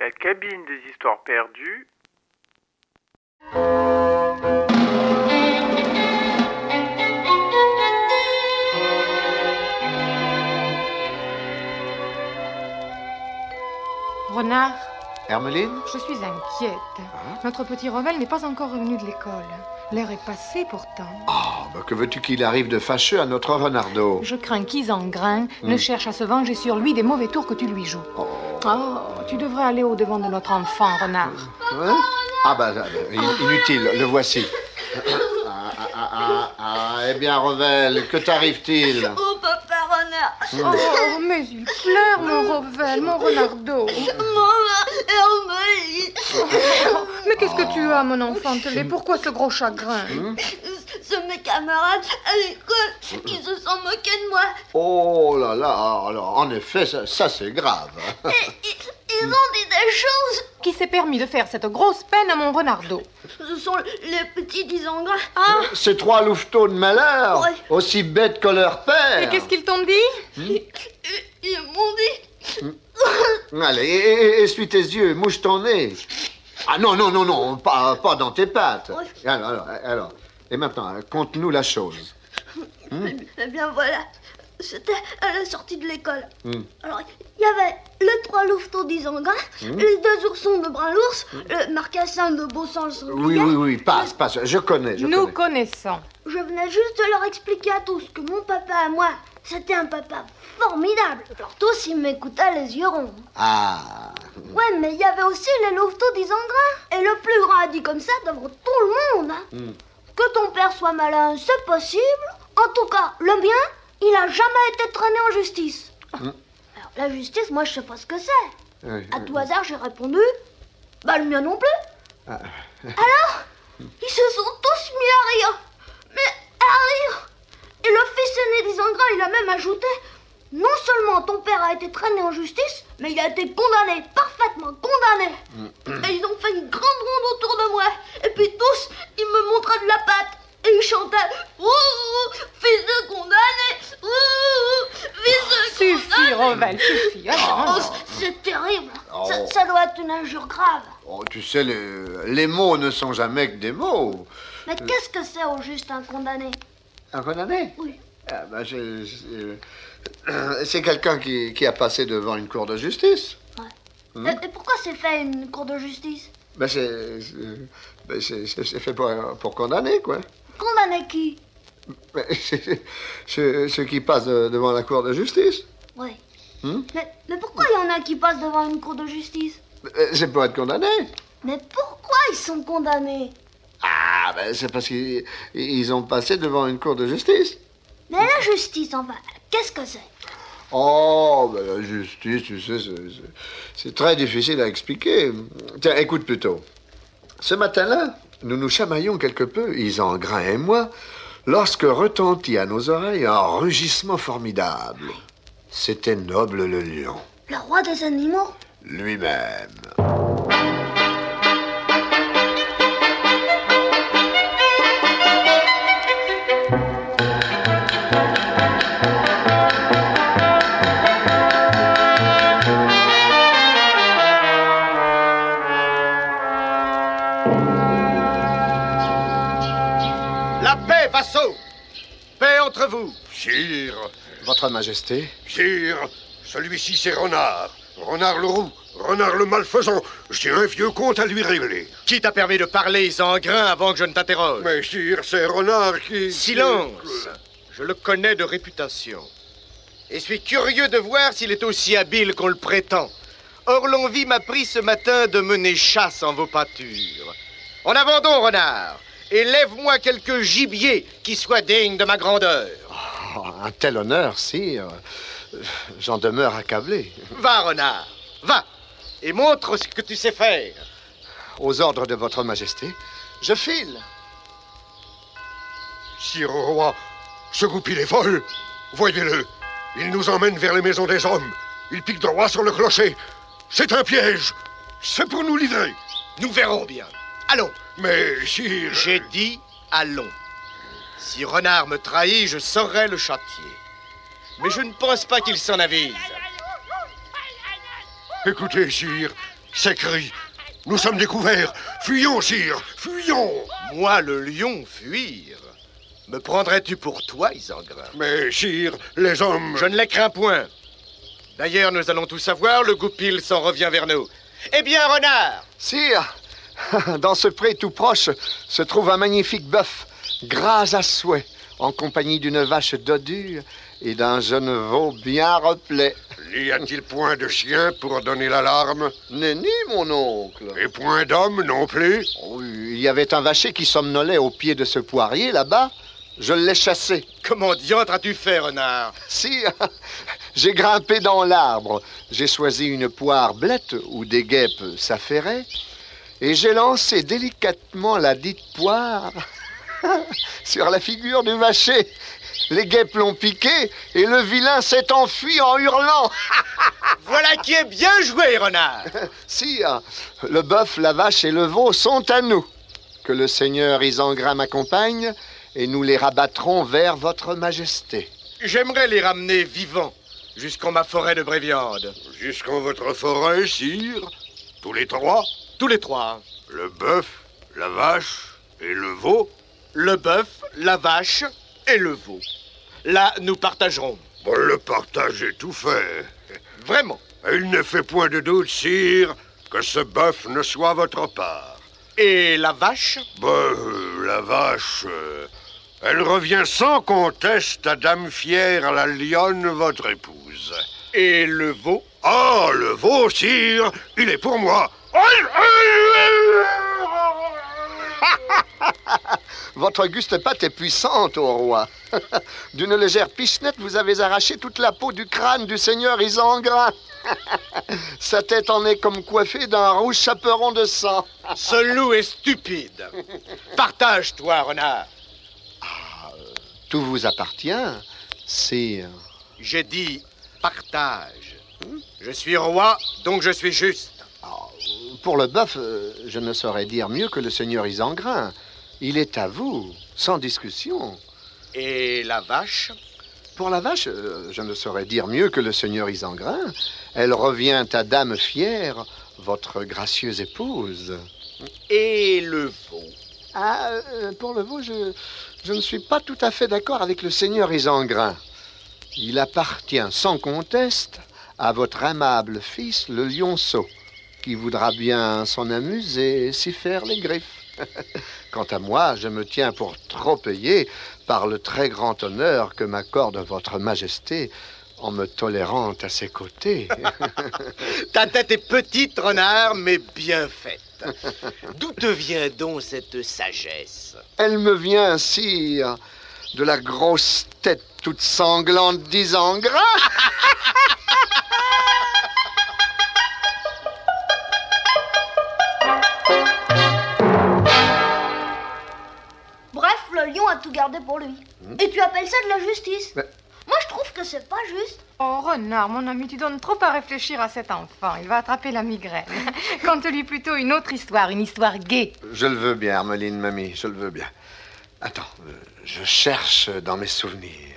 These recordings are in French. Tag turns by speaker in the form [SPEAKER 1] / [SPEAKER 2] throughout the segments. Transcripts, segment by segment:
[SPEAKER 1] La cabine des histoires perdues.
[SPEAKER 2] Renard,
[SPEAKER 3] Hermeline
[SPEAKER 2] je suis inquiète.
[SPEAKER 3] Hein
[SPEAKER 2] Notre petit Revel n'est pas encore revenu de l'école. L'heure est passée pourtant.
[SPEAKER 3] Oh, bah, que veux-tu qu'il arrive de fâcheux à notre Renardo
[SPEAKER 2] Je crains qu'ils en grain ne
[SPEAKER 3] Hmm.
[SPEAKER 2] cherchent à se venger sur lui des mauvais tours que tu lui joues.
[SPEAKER 3] Oh,
[SPEAKER 2] Oh, tu devrais aller au-devant de notre enfant, Renard.
[SPEAKER 3] hein Ah bah, bah, bah, in- inutile, le voici. Ah, ah, ah, ah, ah, eh bien, Revel, que t'arrive-t-il
[SPEAKER 4] Oh, papa renard
[SPEAKER 2] Oh, mais il pleure, mon Revel, mon Renardo.
[SPEAKER 4] Maman Hermeline
[SPEAKER 2] Mais qu'est-ce que tu as, mon enfant telé Pourquoi ce gros chagrin
[SPEAKER 4] Ce mes camarades à l'école qui se sont moqués de moi
[SPEAKER 3] Oh là là, alors, en effet, ça, ça, c'est grave.
[SPEAKER 4] et ils, ils ont dit des choses
[SPEAKER 2] Qui s'est permis de faire cette grosse peine à mon Renardo
[SPEAKER 4] Ce sont les petits disengras Ah
[SPEAKER 3] Ces trois louveteaux de malheur,
[SPEAKER 4] Ouais.
[SPEAKER 3] aussi bêtes que leur père.
[SPEAKER 2] Et qu'est-ce qu'ils t'ont dit
[SPEAKER 4] Ils, ils m'ont dit
[SPEAKER 3] Allez, et- et- essuie tes yeux, mouche ton nez. Ah non, non, non, non, pas, pas dans tes pattes.
[SPEAKER 4] Ouais.
[SPEAKER 3] Alors, alors, alors, et maintenant, conte-nous la chose. Hein
[SPEAKER 4] Eh bien voilà c'était à la sortie de l'école.
[SPEAKER 3] Hmm.
[SPEAKER 4] Alors, il y avait les trois louveteaux d'Isengras,
[SPEAKER 3] Hein
[SPEAKER 4] les deux oursons de brun l'ours, le marcassin de beau sang le
[SPEAKER 3] Oui,
[SPEAKER 4] sanglier.
[SPEAKER 3] oui, oui, passe, passe, je connais, je
[SPEAKER 2] Nous
[SPEAKER 3] connais.
[SPEAKER 2] connaissons.
[SPEAKER 4] Je venais juste de leur expliquer à tous que mon papa à moi, c'était un papa formidable. Alors tous, ils m'écoutaient les yeux ronds.
[SPEAKER 3] Ah,
[SPEAKER 4] Ouais, mais il y avait aussi les louveteaux des Andrins. Et le plus grand a dit comme ça devant tout le monde. hein. Que ton père soit malin, c'est possible. En tout cas, le mien, il a jamais été traîné en justice. Alors, la justice, moi, je sais pas ce que c'est.
[SPEAKER 3] euh,
[SPEAKER 4] À tout hasard, j'ai répondu Bah, le mien non plus. Alors, ils se sont tous mis à rire. Mais à rire. Et le fils aîné des Andrins, il a même ajouté Non seulement ton père a été traîné en justice, mais il a été condamné, parfaitement condamné. Et ils ont fait une grande ronde autour de moi. Et puis tous, ils me montraient de la patte. Et ils chantaient Ouh, fils de condamné Ouh,
[SPEAKER 2] Oh,
[SPEAKER 4] fils de
[SPEAKER 2] Suffit,
[SPEAKER 4] condamné
[SPEAKER 2] Revel, suffit.
[SPEAKER 4] Oh,
[SPEAKER 2] Attends.
[SPEAKER 4] c'est terrible.
[SPEAKER 3] Oh.
[SPEAKER 4] Ça, ça doit être une injure grave.
[SPEAKER 3] oh, tu sais, les, les mots ne sont jamais que des mots.
[SPEAKER 4] Mais qu'est-ce que c'est au juste un condamné
[SPEAKER 3] Un condamné
[SPEAKER 4] Oui.
[SPEAKER 3] Ah, bah, je- je- euh, C'est quelqu'un qui, qui a passé devant une cour de justice. Hmm?
[SPEAKER 4] Et, et pourquoi c'est fait une cour de justice
[SPEAKER 3] Bah, c'est c'est- bah, c'est- c'est- c'est fait pour, pour condamner, quoi.
[SPEAKER 4] Condamné qui
[SPEAKER 3] Mais c'est- c'est- Ceux ceux qui passent de- devant la cour de justice.
[SPEAKER 4] Oui.
[SPEAKER 3] Hmm
[SPEAKER 4] Mais, mais pourquoi il y en a qui passent devant une cour de justice
[SPEAKER 3] Euh, C'est pour être condamné.
[SPEAKER 4] Mais pourquoi ils sont condamnés
[SPEAKER 3] Ah, bah, c'est parce qu'ils ils ont passé devant une cour de justice.
[SPEAKER 4] Mais la justice, enfin, qu'est-ce que c'est
[SPEAKER 3] Oh, bah, la justice, tu sais, c'est- c'est- c'est très difficile à expliquer. Tiens, écoute plutôt. Ce matin-là, nous nous chamaillons quelque peu, Isengrin et moi, lorsque retentit à nos oreilles un rugissement formidable. C'était Noble le lion,
[SPEAKER 4] Le roi des animaux
[SPEAKER 3] lui-même.
[SPEAKER 5] La paix, vassaux Paix entre vous
[SPEAKER 6] Sire,
[SPEAKER 3] Votre Majesté,
[SPEAKER 6] sire, celui-ci c'est Renard. Renard le roux, Renard le malfaisant. J'ai un vieux compte à lui régler.
[SPEAKER 5] Qui t'a permis de parler, Zangrin, avant que je ne t'interroge
[SPEAKER 6] Mais sire, c'est Renard qui...
[SPEAKER 5] Silence Je le connais de réputation. Et suis curieux de voir s'il est aussi habile qu'on le prétend. Orlonvie m'a pris ce matin de mener chasse en vos pâtures. En avant donc, renard Et lève-moi quelques gibiers qui soient dignes de ma grandeur.
[SPEAKER 3] oh, un tel honneur, sire. J'en demeure accablé.
[SPEAKER 5] Va, renard Va Et montre ce que tu sais faire
[SPEAKER 3] Aux ordres de Votre Majesté, je file.
[SPEAKER 6] Sire au roi, ce goupil est folle. Voyez-le, il nous emmène vers les maisons des hommes. Il pique droit sur le clocher. C'est un piège. C'est pour nous livrer.
[SPEAKER 5] Nous verrons bien. Allons
[SPEAKER 6] Mais sire...
[SPEAKER 5] J'ai dit allons. Si Renard me trahit, je saurai le châtier. Mais je ne pense pas qu'il s'en avise.
[SPEAKER 6] Écoutez, sire, s'écrie Nous sommes découverts Fuyons, sire Fuyons
[SPEAKER 5] Moi, le lion, fuir Me prendrais-tu pour toi, Isengrin
[SPEAKER 6] Mais, sire, les hommes.
[SPEAKER 5] Je ne les crains point. D'ailleurs, nous allons tout savoir, le goupil s'en revient vers nous. Eh bien, renard
[SPEAKER 3] Sire, dans ce pré tout proche se trouve un magnifique bœuf, gras à souhait, en compagnie d'une vache dodue et d'un jeune veau bien replé.
[SPEAKER 6] N'y a-t-il point de chien pour donner l'alarme
[SPEAKER 3] Nenni, mon oncle
[SPEAKER 6] Et point d'homme non plus
[SPEAKER 3] Oh, Il y avait un vacher qui somnolait au pied de ce poirier là-bas. Je l'ai chassé.
[SPEAKER 5] Comment diantre as-tu fait, renard
[SPEAKER 3] Sire, j'ai grimpé dans l'arbre. J'ai choisi une poire blette où des guêpes s'affairaient. Et j'ai lancé délicatement la dite poire sur la figure du vacher. Les guêpes l'ont piqué et le vilain s'est enfui en hurlant.
[SPEAKER 5] Voilà qui est bien joué, renard
[SPEAKER 3] Sire, le bœuf, la vache et le veau sont à nous. Que le seigneur Isengrin m'accompagne et nous les rabattrons vers votre majesté.
[SPEAKER 5] J'aimerais les ramener vivants jusqu'en ma forêt de Bréviande.
[SPEAKER 6] Jusqu'en votre forêt, sire Tous les trois
[SPEAKER 5] Tous les trois.
[SPEAKER 6] Le bœuf, la vache et le veau
[SPEAKER 5] Le bœuf, la vache et le veau. Là, nous partagerons.
[SPEAKER 6] Bon, Le partage est tout fait.
[SPEAKER 5] Vraiment.
[SPEAKER 6] Et Il ne fait point de doute, sire, que ce bœuf ne soit votre part.
[SPEAKER 5] Et la vache
[SPEAKER 6] Ben, euh, la vache, euh, elle revient sans conteste à Dame Fière, à la lionne, votre épouse.
[SPEAKER 5] et le veau.
[SPEAKER 6] Ah, le veau, sire, il est pour moi.
[SPEAKER 3] Votre auguste patte est puissante, ô roi. D'une légère pichenette, vous avez arraché toute la peau du crâne du seigneur Isengrin. Sa tête en est comme coiffée d'un rouge chaperon de sang.
[SPEAKER 5] Ce loup est stupide. Partage-toi, renard.
[SPEAKER 3] Tout vous appartient, sire.
[SPEAKER 5] J'ai dit partage. Je suis roi, donc je suis juste.
[SPEAKER 3] Ah, Pour le bœuf, euh, je ne saurais dire mieux que le seigneur Isengrin. Il est à vous, sans discussion.
[SPEAKER 5] Et la vache
[SPEAKER 3] Pour la vache, euh, je ne saurais dire mieux que le seigneur Isengrin. Elle revient à Dame Fière, votre gracieuse épouse.
[SPEAKER 5] et le veau.
[SPEAKER 3] Ah, euh, pour le veau, je, je ne suis pas tout à fait d'accord avec le seigneur Isengrin. Il appartient sans conteste à votre aimable fils, le lionceau, qui voudra bien s'en amuser et s'y faire les griffes. Quant à moi, je me tiens pour trop payé par le très grand honneur que m'accorde votre majesté en me tolérant à ses côtés.
[SPEAKER 5] Ta tête est petite, renard, mais bien faite. D'où te vient donc cette sagesse
[SPEAKER 3] Elle me vient, sire, de la grosse tête toute sanglante d'Isengrin.
[SPEAKER 4] Bref, le lion a tout gardé pour lui. Et tu appelles ça de la justice
[SPEAKER 3] Hmm? Mais-
[SPEAKER 4] Moi, je trouve que c'est pas juste.
[SPEAKER 2] Oh, renard, mon ami, tu donnes trop à réfléchir à cet enfant. Il va attraper la migraine. Conte-lui plutôt une autre histoire, une histoire gaie.
[SPEAKER 3] Je le veux bien, Hermeline, mamie, je le veux bien. Attends, euh, je cherche dans mes souvenirs.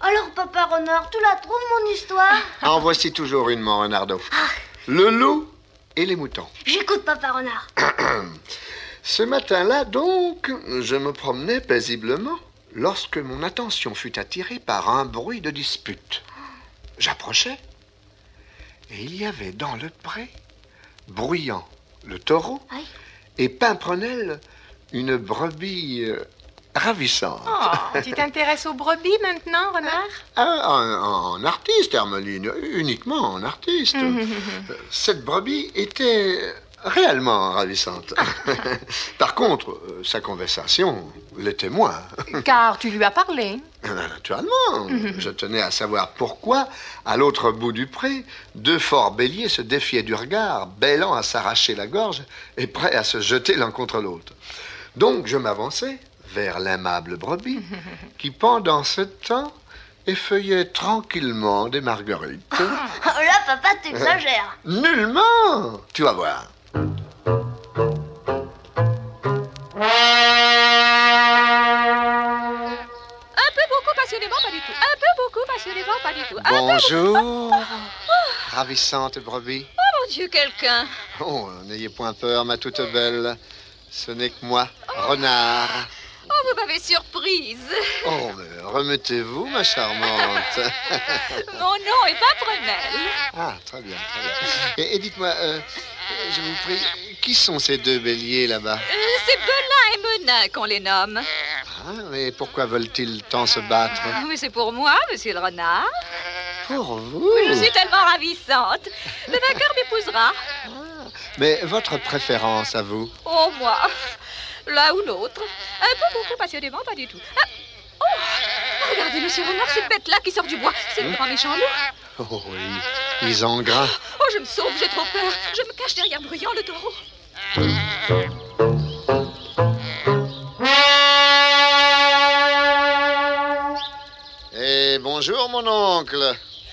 [SPEAKER 4] Alors, papa renard, tu la trouves, mon histoire
[SPEAKER 3] Ah, En voici toujours une, mon renardo. Ah. Le loup et les moutons.
[SPEAKER 4] J'écoute, papa renard.
[SPEAKER 3] Ce matin-là, donc, je me promenais paisiblement lorsque mon attention fut attirée par un bruit de dispute. J'approchais et il y avait dans le pré, bruyant, le taureau
[SPEAKER 4] Aïe.
[SPEAKER 3] et Pimprenelle, une brebis euh, ravissante.
[SPEAKER 2] Oh, tu t'intéresses aux brebis maintenant, renard
[SPEAKER 3] Ah, en, en artiste, Hermeline, uniquement en artiste.
[SPEAKER 2] Mhm.
[SPEAKER 3] Euh, Cette brebis était réellement ravissante. Par contre, euh, sa conversation l'était moins.
[SPEAKER 2] Car tu lui as parlé.
[SPEAKER 3] Eh ben, Naturellement, je tenais à savoir pourquoi, à l'autre bout du pré, deux forts béliers se défiaient du regard, bêlant à s'arracher la gorge et prêts à se jeter l'un contre l'autre. Donc je m'avançai vers l'aimable brebis, qui pendant ce temps effeuillait tranquillement des marguerites.
[SPEAKER 4] Oh là, papa, t'exagères.
[SPEAKER 3] Nullement Tu vas voir. Bonjour, ravissante brebis.
[SPEAKER 7] Mon Dieu, quelqu'un.
[SPEAKER 3] Oh, n'ayez point peur, ma toute belle. Ce n'est que moi, renard.
[SPEAKER 7] Oh, vous m'avez surprise.
[SPEAKER 3] Oh, mais remettez-vous, ma charmante.
[SPEAKER 7] Mon nom est pas Prunelle.
[SPEAKER 3] Ah, très bien, très bien. Et, et dites-moi, euh, je vous prie, qui sont ces deux béliers là-bas
[SPEAKER 7] Euh, C'est Belin et Menin qu'on les nomme.
[SPEAKER 3] Hein, Et pourquoi veulent-ils tant se battre
[SPEAKER 7] Ah, Mais c'est pour moi, monsieur le renard.
[SPEAKER 3] Pour vous
[SPEAKER 7] Je suis tellement ravissante. Le vainqueur m'épousera.
[SPEAKER 3] Mais votre préférence à vous
[SPEAKER 7] Oh, moi. L'un ou l'autre. Euh, pas beaucoup, passionnément, pas du tout. Ah, Oh Regardez, monsieur Renard, cette bête-là qui sort du bois. C'est le grand méchant loup.
[SPEAKER 3] Oh oui, ils engrains.
[SPEAKER 7] Oh, je me sauve, j'ai trop peur. Je me cache derrière Bruyant, le taureau.
[SPEAKER 3] Eh, bonjour, mon oncle.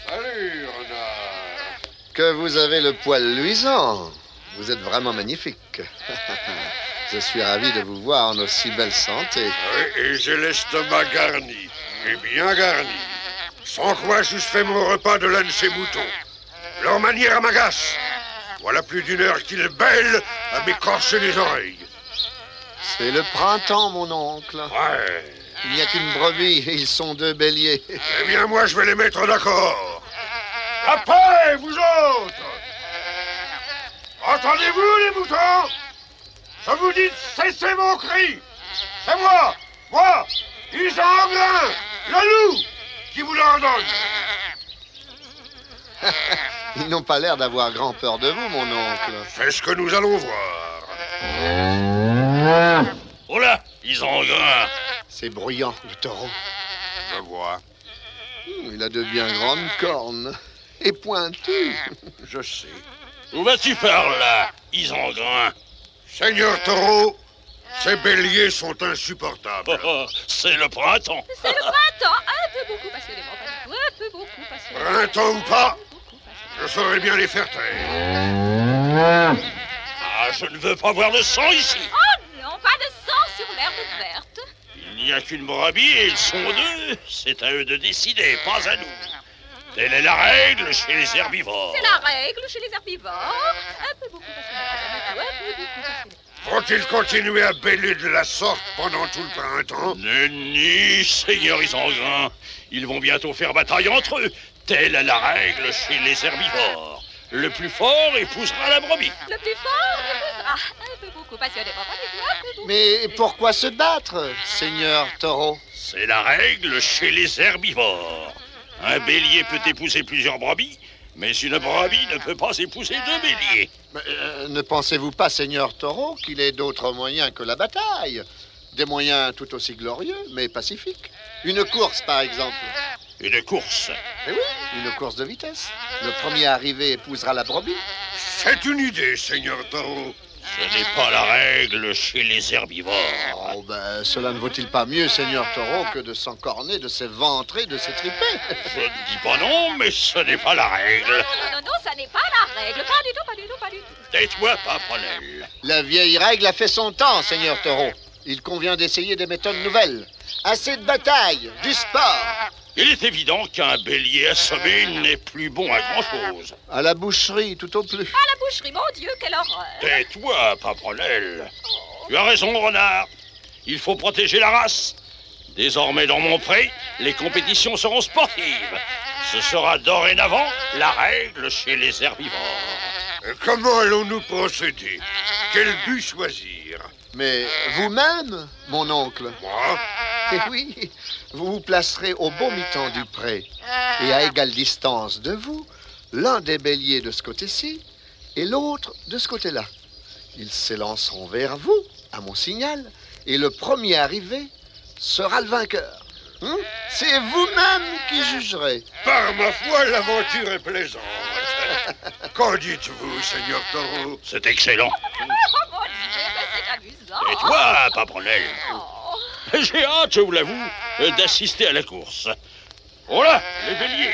[SPEAKER 8] Salut, renard.
[SPEAKER 3] Que vous avez le poil luisant. Vous êtes vraiment magnifique. Je suis ravi de vous voir en aussi belle santé.
[SPEAKER 8] Oui, et j'ai l'estomac garni. Et bien garni. Sans quoi je fais mon repas de l'un de ces moutons. Leur manière m'agace. Voilà plus d'une heure qu'ils bêlent à m'écorcher les oreilles.
[SPEAKER 3] C'est le printemps, mon oncle.
[SPEAKER 8] Ouais.
[SPEAKER 3] Il n'y a qu'une brebis et ils sont deux béliers.
[SPEAKER 8] Eh bien, moi, je vais les mettre d'accord. Après, vous autres Entendez-vous, les moutons Je vous dis de cesser mon cri C'est moi Moi Isengrin Le loup Qui vous l'ordonne
[SPEAKER 3] Ils n'ont pas l'air d'avoir grand peur de vous, mon oncle.
[SPEAKER 8] C'est ce que nous allons voir.
[SPEAKER 6] Oh là, ils ont grain.
[SPEAKER 3] C'est bruyant, le taureau.
[SPEAKER 8] Je vois.
[SPEAKER 3] Hum, Il a de bien grandes cornes. Et pointues.
[SPEAKER 8] Je sais.
[SPEAKER 6] Où vas-tu faire là, ils ont grain
[SPEAKER 8] Seigneur Taureau, ces béliers sont insupportables.
[SPEAKER 6] Oh, oh, C'est le printemps.
[SPEAKER 7] C'est le printemps. Un peu beaucoup, passionnément, pas du tout. Un peu beaucoup, passionnément.
[SPEAKER 8] Printemps ou pas, je saurais bien les faire taire.
[SPEAKER 6] Ah, je ne veux pas voir le sang ici.
[SPEAKER 7] Oh non, pas de sang sur l'herbe verte.
[SPEAKER 6] Il n'y a qu'une brebis et ils sont deux. C'est à eux de décider, pas à nous. Telle est la règle chez les herbivores.
[SPEAKER 7] C'est la règle chez les herbivores. Un peu beaucoup, passionnément, pas du tout. Un peu beaucoup, passionnément.
[SPEAKER 8] Faut-il continuer à bêler de la sorte pendant tout le printemps
[SPEAKER 6] Nenni, seigneur Isengrin, ils vont bientôt faire bataille entre eux. Telle est la règle chez les herbivores. Le plus fort épousera la brebis.
[SPEAKER 7] Le plus fort épousera. Un peu beaucoup, passionnément, pas du tout. Un peu beaucoup.
[SPEAKER 3] Mais pourquoi se battre, seigneur taureau
[SPEAKER 6] C'est la règle chez les herbivores. Un bélier peut épouser plusieurs brebis, mais une brebis ne peut pas épouser deux béliers.
[SPEAKER 3] Mais, euh, ne pensez-vous pas, Seigneur Taureau, qu'il ait d'autres moyens que la bataille Des moyens tout aussi glorieux, mais pacifiques. Une course, par exemple.
[SPEAKER 6] Une course.
[SPEAKER 3] Eh oui, une course de vitesse. Le premier arrivé épousera la brebis.
[SPEAKER 8] C'est une idée, Seigneur Taureau.
[SPEAKER 6] Ce n'est pas la règle chez les herbivores.
[SPEAKER 3] Oh, ben, cela ne vaut-il pas mieux, Seigneur Taureau, que de s'encorner, de s'éventrer, de s'étriper
[SPEAKER 6] Je ne dis pas non, mais ce n'est pas la règle.
[SPEAKER 7] Non, non, non, non, ça n'est pas la règle. Pas du tout, pas du tout, pas du tout.
[SPEAKER 6] Tais-toi, Paprenel.
[SPEAKER 3] La vieille règle a fait son temps, Seigneur Taureau. Il convient d'essayer des méthodes nouvelles. Assez de bataille, du sport.
[SPEAKER 6] Il est évident qu'un bélier assommé n'est plus bon à grand-chose.
[SPEAKER 3] À la boucherie, tout au plus.
[SPEAKER 7] À la boucherie, mon Dieu, quelle horreur.
[SPEAKER 6] Tais-toi, Paprenel. Tu as raison, renard. Il faut protéger la race. Désormais, dans mon pré, les compétitions seront sportives. Ce sera dorénavant la règle chez les herbivores.
[SPEAKER 8] Et Euh, Comment allons-nous procéder Quel but choisir
[SPEAKER 3] Mais vous-même, mon oncle,
[SPEAKER 8] Moi
[SPEAKER 3] Eh oui, vous vous placerez au bon mi-temps du pré et à égale distance de vous, l'un des béliers de ce côté-ci et l'autre de ce côté-là. Ils s'élanceront vers vous, à mon signal, et le premier arrivé sera le vainqueur. Hum? C'est vous-même qui jugerez.
[SPEAKER 8] Par ma foi, l'aventure est plaisante. Qu'en dites-vous, Seigneur Taureau
[SPEAKER 6] C'est excellent.
[SPEAKER 7] Oh mon Dieu, mais c'est amusant.
[SPEAKER 6] Et toi, Paprenel
[SPEAKER 7] Oh.
[SPEAKER 6] J'ai hâte, je vous l'avoue, euh, d'assister à la course. Oh là, les béliers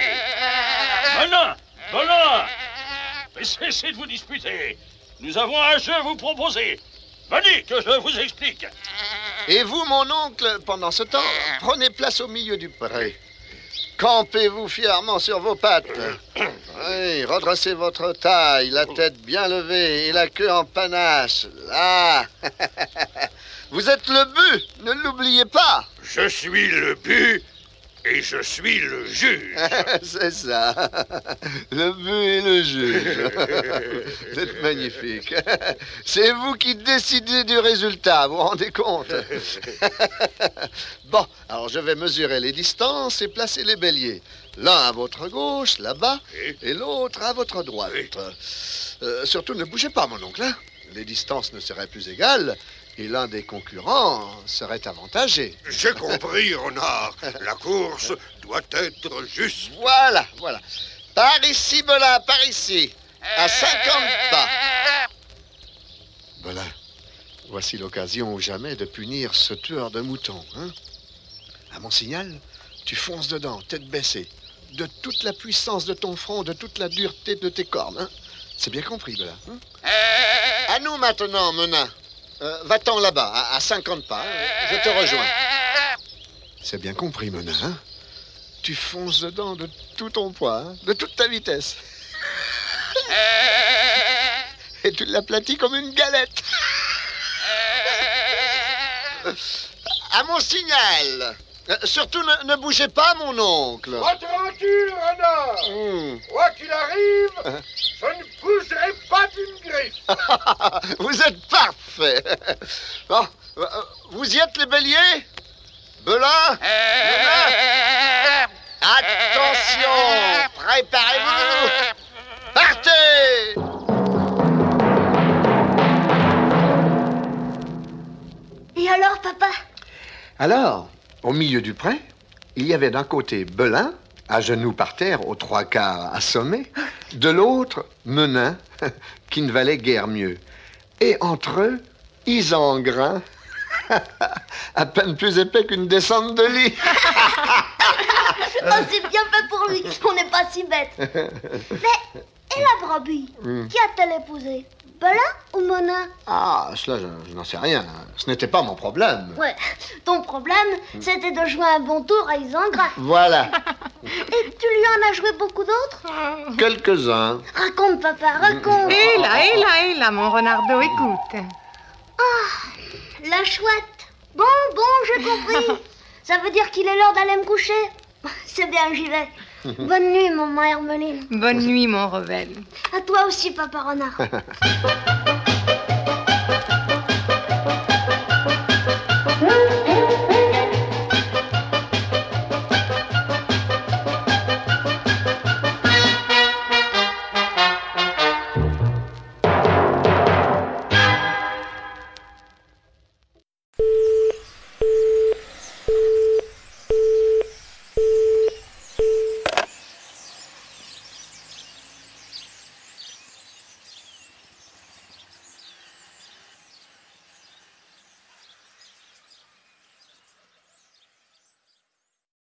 [SPEAKER 6] Malin Malin Mais cessez de vous disputer Nous avons un jeu à vous proposer Venez, que je vous explique
[SPEAKER 3] Et vous, mon oncle, pendant ce temps, prenez place au milieu du pré. Campez-vous fièrement sur vos pattes. Oui, redressez votre taille, la tête bien levée et la queue en panache. Là. Vous êtes le but, ne l'oubliez pas.
[SPEAKER 6] Je suis le but et je suis le juge.
[SPEAKER 3] C'est ça. Le but et le juge. Vous êtes magnifique. C'est vous qui décidez du résultat, vous vous rendez compte Bon, alors je vais mesurer les distances et placer les béliers. L'un à votre gauche, là-bas, et l'autre à votre droite. Euh, surtout, ne bougez pas, mon oncle. hein. Les distances ne seraient plus égales et l'un des concurrents serait avantagé.
[SPEAKER 6] J'ai compris, renard. La course doit être juste.
[SPEAKER 3] Voilà, voilà. Par ici, Belin, par ici. À 50 pas. Belin, voici l'occasion ou jamais de punir ce tueur de moutons. Hein à mon signal, tu fonces dedans, tête baissée. De toute la puissance de ton front, de toute la dureté de tes cornes. hein C'est bien compris, Belin. hein à nous maintenant, Menin. Euh, Va-t'en là-bas, à, à 50 pas. Je te rejoins. C'est bien compris, Menin. hein tu fonces dedans de tout ton poids, hein, de toute ta vitesse. Et tu l'aplatis comme une galette. À mon signal. Euh, surtout ne, ne bougez pas, mon oncle.
[SPEAKER 6] tranquille, renard
[SPEAKER 3] Hmm.
[SPEAKER 6] Quoi qu'il arrive, je ne bougerai pas d'une griffe.
[SPEAKER 3] vous êtes parfait. Bon, euh, vous y êtes, les béliers Belin Belin Attention Préparez-vous Partez
[SPEAKER 4] Et alors, papa
[SPEAKER 3] Alors, au milieu du pré, il y avait d'un côté Belin, à genoux par terre, aux trois quarts assommé, de l'autre Menin, qui ne valait guère mieux. Et entre eux, Isengrin, à peine plus épais qu'une descente de lit.
[SPEAKER 4] Oh, c'est bien fait pour lui qu'on n'est pas si bête. Mais, et la brebis Qui a-t-elle épousé Belin ou Monin
[SPEAKER 3] Ah, cela, je, je n'en sais rien. Ce n'était pas mon problème.
[SPEAKER 4] Ouais, ton problème, c'était de jouer un bon tour à Isengras.
[SPEAKER 3] Voilà,
[SPEAKER 4] Et tu lui en as joué beaucoup d'autres
[SPEAKER 3] quelques-uns.
[SPEAKER 4] Raconte, papa, raconte.
[SPEAKER 2] Et là, et là, et là, mon renardeau, écoute.
[SPEAKER 4] La chouette. Bon, bon, j'ai compris. Ça veut dire qu'il est l'heure d'aller me coucher. C'est bien, j'y vais. Bonne nuit, maman Hermeline.
[SPEAKER 2] Bonne nuit, mon rebelle.
[SPEAKER 4] À toi aussi, papa renard.